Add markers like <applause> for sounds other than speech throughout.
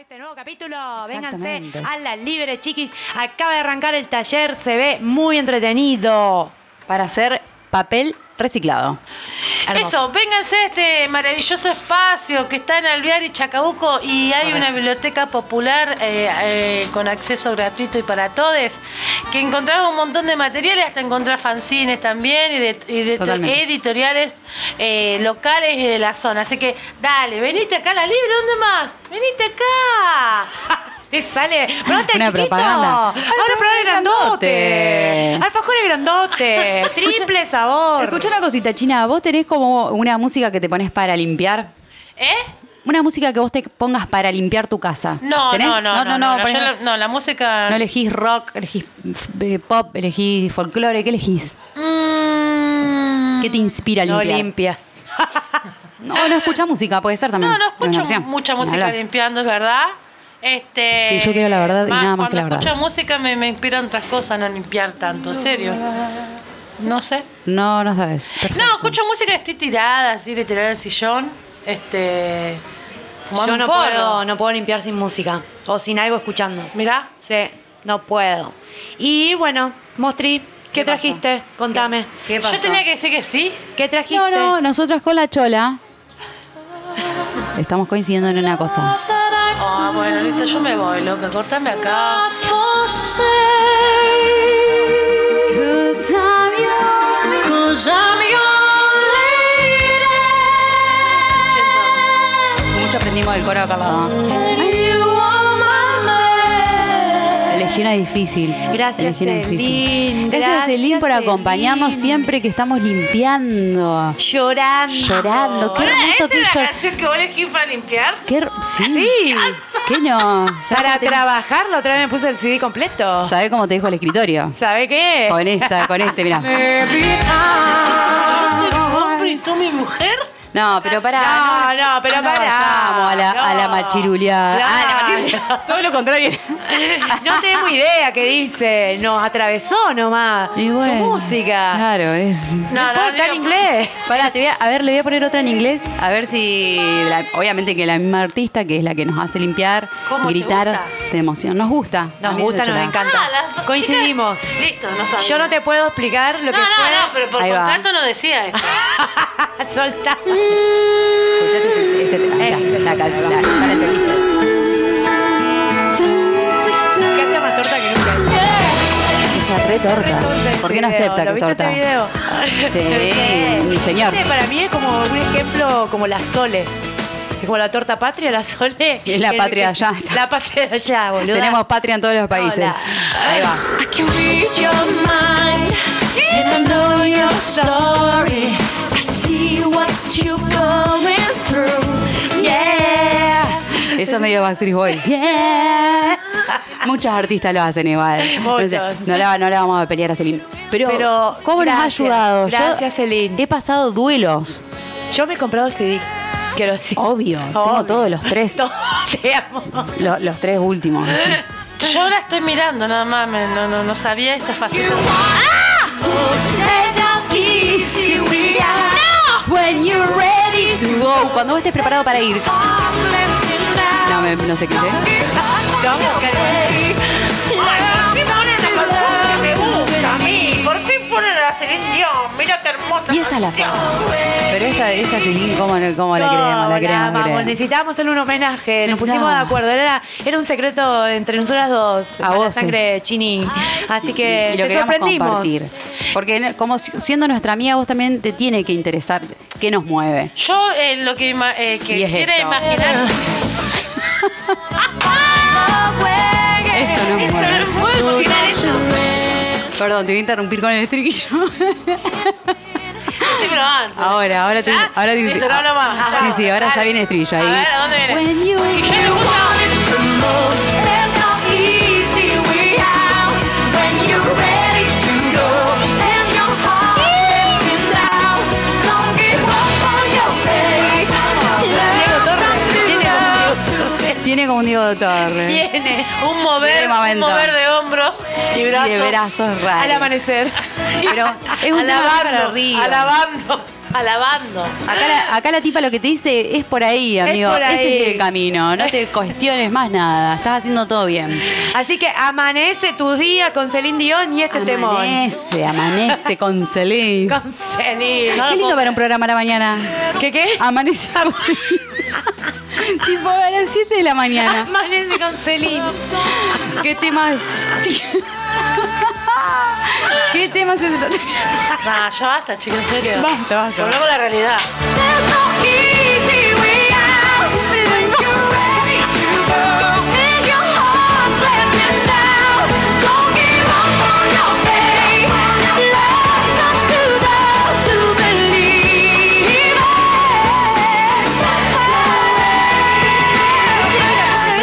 este nuevo capítulo. Vénganse Exactamente. a la libre, chiquis. Acaba de arrancar el taller, se ve muy entretenido. para hacer papel reciclado. Hermoso. Eso, vénganse a este maravilloso espacio que está en Alvear y Chacabuco y hay una biblioteca popular eh, eh, con acceso gratuito y para todos, que encontramos un montón de materiales, hasta encontrar fanzines también y de, y de Totalmente. editoriales eh, locales y de la zona. Así que <laughs> dale, venite acá a la libre, ¿dónde más? Venite acá. Le sale. ¡Brote, Una chiquito! propaganda. Ahora Alfajores probar el grandote. grandote. Alfajores grandote. Triple <laughs> Escucha- sabor. Escucha una cosita, China. ¿Vos tenés como una música que te pones para limpiar? ¿Eh? Una música que vos te pongas para limpiar tu casa. No, ¿Tenés? no, no, no, no, no, ponés- yo la, no, la música... no elegís rock, elegís eh, pop, elegís folclore. ¿Qué elegís? Mm. ¿Qué te inspira a no limpiar? limpia. No, no escuchás música, puede ser también. No, no Es una escucho opción. mucha música Mm, Hablar. limpiando, es verdad. Este, Sí, yo quiero la verdad y nada más que la cuando verdad. escucho música me, me inspiran otras cosas, no limpiar tanto, en serio. No sé. No, no sabes. Perfecto. No, escucho música y estoy tirada, así, de tirar el sillón. Este. Fumando Yo no un porro. puedo, no puedo limpiar sin música. O sin algo escuchando. Mirá. Sí, no puedo. Y bueno, Mostri, ¿qué, ¿Qué pasó? trajiste? Contame. ¿Qué pasó? Yo tenía que decir que sí. ¿Qué, trajiste? No, no, nosotras con la chola estamos coincidiendo en una cosa. Ah, bueno, listo, yo me voy, loca. Cortame acá. Mucho aprendimos del coro de Carla Dama. Elegir es difícil. Gracias, Elegir es Celín. difícil. Gracias, Gracias, Celín, por acompañarnos Celín. siempre que estamos limpiando. Llorando. Llorando. Qué Ahora, hermoso ¿Esa que es la llor- canción que vos elegís para limpiar? Qué her- Sí. Sí. ¿Qué no? Para trabajarlo, otra vez me puse el CD completo. ¿Sabes cómo te dejo el escritorio? ¿Sabe qué? Con esta, con <laughs> este, mirá. Eh. Yo soy un hombre y tú mi mujer. No, pero pará. No, no, pero pará. vayamos a la, a la No. machiruleada. Ah, la machiruleada. Todo lo contrario. No tenemos idea qué dice. Nos atravesó nomás. Y bueno, Su música. Claro, es. No, no, digo- en inglés. Pará, te voy a, a ver, le voy a poner otra en inglés, a ver si, la- obviamente que la misma artista, que es la que nos hace limpiar, ¿Cómo te gritar, gusta? te, emociona. Nos gusta. Nos también gusta, la nos chorada. encanta. Ah, las dos Coincidimos. chicas. Listo, no sabía. Yo no te puedo explicar lo que No, no, fue. no, pero por Ahí va. contrato no decía esto. <laughs> Soltá. Escuchate este, este tema, mirá, la canción, la- para el pelito. Canta más torta que nunca. Sí, Está re torta. ¿Por qué no Video, acepta ¿lo que viste torta? Este video? Sí, señor. Este para mí es como un ejemplo como la Sole. Es como la torta patria, la Sole. Y <laughs> es la Que- patria de allá. La patria de allá, boludo. Tenemos patria en todos los países. Hola. Ahí va. Eso es medio Backstreet Boy. Yeah. Muchos artistas lo hacen igual. Muchos. Entonces, no, la, no la vamos a pelear a Celine. Pero, Pero, ¿cómo nos ha gracias, ayudado? Yo gracias, Celine. He pasado duelos, Yo me he comprado el CD. Quiero decir. <laughs> Obvio, tengo todos los tres. Todos, Te amo. lo- los tres <laughs> últimos. así. Yo ahora estoy mirando, nada más, me- no, no, no sabía esta faceta. When you're ready to go. Cuando vos estés preparado para ir. No, me- no sé qué sé. Lo amo, que- Y esta es la fama. Pero esta, esta Celine, ¿cómo, no- cómo la No, queremos? La queremos, amamos. queremos. Necesitábamos hacerle un homenaje. Nos Necesitábamos. pusimos de acuerdo. Era, era un secreto entre nosotras dos. A mala voces. sangre chini. Así que y, y lo te queremos sorprendimos. compartir. Porque no- como si- siendo nuestra amiga, vos también te tiene que interesar qué nos <laughs> mueve. Yo eh, lo que, ima- eh, que Y es quisiera <laughs> esto. imaginar. Esto nos mueve. No puedo imaginar eso. Perdón, te voy a interrumpir con el <laughs> estribillo. Sí, pero antes. ahora, ahora te, ¿Ya? ahora te- Ah, Listo, no hablo más. Sí, sí, ahora ya viene el estribillo A ahí. ver, ¿a dónde viene? When you- Y yo le gusta- Tiene como un Diego Torre. Viene Un mover, Tiene un momento. mover de hombros y brazos. De brazos al raros. amanecer. Pero es un tema bien para arriba. Alabando. alabando. Acá la, acá la tipa lo que te dice es por ahí, amigo. por ahí. Ese es el camino. No te cuestiones más nada. Estás haciendo todo bien. Así que amanece tu día con Celine Dion y este temón. Amanece, amanece con Celine. Con Celine. No lo Qué lindo puedo para un programa a la mañana. ¿Qué qué? Amanece con <laughs> Celine. tipo a las 7 de <laughs> la mañana. Amanece con Celine. pues, ¿Qué temas? ¿Qué temas? se tratan? No, ya basta, chicos, en serio. Basta, basta. Volvamos a la realidad.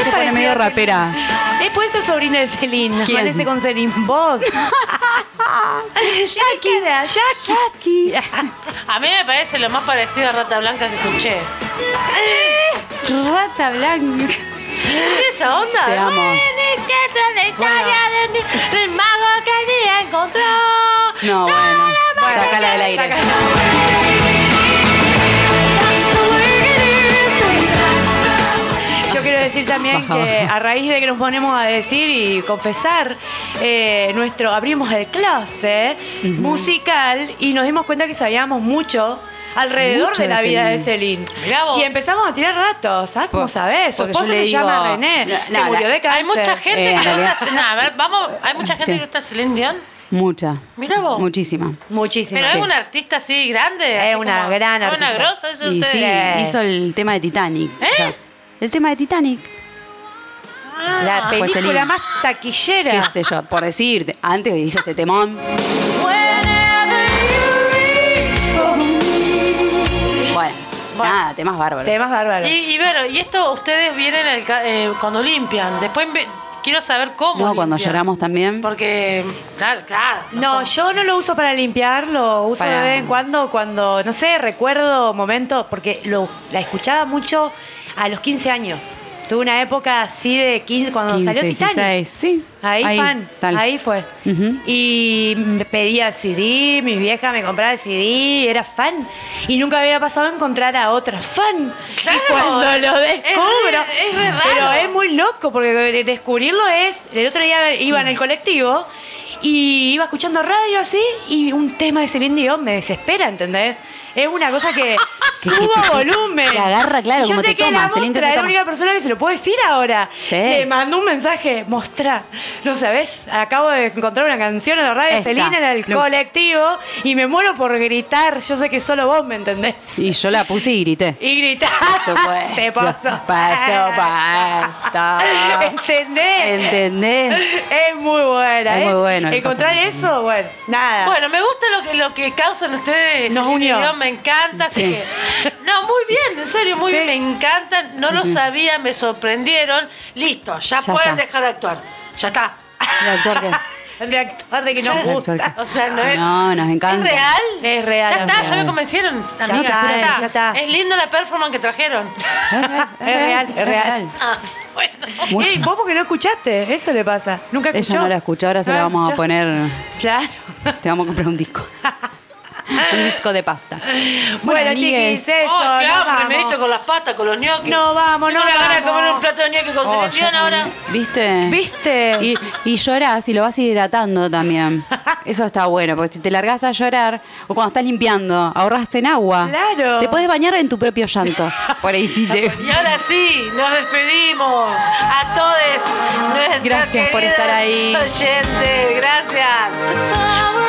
Se pone medio rapera. Es por eso sobrina de Celine. ¿Quién? Amanece con Celine. <laughs> Vos. Jackie. Jackie. A mí me parece lo más parecido a Rata Blanca que escuché. Rata blanca. ¿Qué es esa onda? Te amo. Bueno, esta es la historia de un- del mago que día encontró. No, bueno. Sácala del aire. Yo quiero decir también Baja, que baja. a raíz de que nos ponemos a decir y confesar, eh, nuestro abrimos el closet musical y nos dimos cuenta que sabíamos mucho alrededor Mucho de la de vida de Celine. Celine. Mirá vos. Y empezamos a tirar datos, ¿sabes cómo Por- sabes? Su porque yo esposo le se digo- llama René, No, se no, murió la- de cáncer. Hay mucha gente Eh, en que le gusta. realidad- No, a ver, vamos. Hay mucha gente Sí. que le gusta Celine Dion. Mucha. Mirá Oh. vos. Muchísima. Muchísimo. Pero Sí. es una artista así grande. Es así una como- gran es Una artista. grosa, eso Y ustedes. sí, le- hizo el tema de Titanic. ¿Eh? O sea, el tema de Titanic, Ah, La Fue película Celine. más taquillera. qué sé yo, por decirte. Antes hizo este temón. Bueno, nada, temas bárbaros. Temas bárbaros. Y, y bueno, y esto ustedes vienen al ca- eh, cuando limpian. Después ve- quiero saber cómo. no, cuando limpian. lloramos también. Porque, claro, claro. No, yo no lo uso para limpiar, lo uso Para- de vez en cuando, cuando, no sé, recuerdo momentos, porque lo, la escuchaba mucho a los 15 años. Tuve una época así de 15, cuando 15, salió Titanic. 16, sí. Ahí, fan, tal. ahí fue. Ujú. Y me pedía CD, mis viejas me compraban el CD, era fan. Y nunca había pasado a encontrar a otra fan. Claro, y cuando lo es re- descubro, es re raro. pero es muy loco, porque descubrirlo es, el otro día iba en el colectivo y iba escuchando radio así y un tema de Celine Dion me desespera, ¿entendés? Es una cosa que <laughs> Que- subo que- que- volumen. que agarra, claro, Y yo como sé te que toma, la Celine te mostra es la toma. única persona que se lo puedo decir ahora. Sí. Le mandó un mensaje, mostrá. Lo sabés, acabo de encontrar una canción en la radio de Esta. Celina en el Lu- colectivo y me muero por gritar. Yo sé que solo vos me entendés. Y yo la puse y grité. Y gritar. Por supuesto. Te paso. Paso, <laughs> basta. ¿Entendés? ¿Entendés? Es muy buena. Es muy ¿eh? bueno el Encontrar pasamanos. eso, bueno, nada. Bueno, me gusta lo que, lo que causan ustedes. Nos Celine unió. Dion, Me encanta. así Sí. que- No, muy bien, en serio, muy Sí. bien. Me encantan. No lo sabía, me sorprendieron. Listo, ya, Ya pueden está. dejar de actuar. Ya está. ¿El actor qué? el reactor de que nos El gusta. actor qué? O sea, no es. No, nos encanta. ¿Es real? Es real. Ya está, amiga. ya me convencieron. amiga, no, te juro que ya está. Es lindo la performance que trajeron. Es real, Es real, es real. Ah, bueno. Mucho. Ey, vos porque no escuchaste, eso le pasa. Nunca escuchó. Ella no la escuchó, ahora se No la vamos a escuchó. poner. Claro. Te vamos a comprar un disco. un disco de pasta. Bueno, amigues, chiquis, eso. Oh, te nos amo, vamos. me diste con las patas, con los ñoquis. No vamos, Tengo no una gana de vamos. comer un plato de ñoquis con oh, Celine Dion yo- ahora. ¿Viste? ¿Viste? Y, y llorás y lo vas <laughs> hidratando también. Eso está bueno, porque si te largás a llorar o cuando estás limpiando, ahorras en agua. Claro. Te podés bañar en tu propio llanto. Por ahí <laughs> sí te. Y ahora sí, nos despedimos a todos. Gracias por estar ahí. Oyentes, gracias.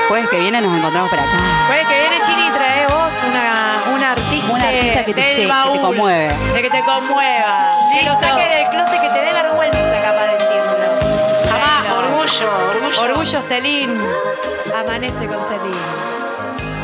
Jueves que viene nos encontramos por acá. Puede Pues que viene Chini y trae vos una, una artista, Una artista que te del llegue, que te baúl, conmueve. De que te conmueva. Que lo Listo. saque del closet, que te dé vergüenza, capaz de decirlo. Abajo, Bueno. orgullo, orgullo. Orgullo Celine. Amanece con Celine.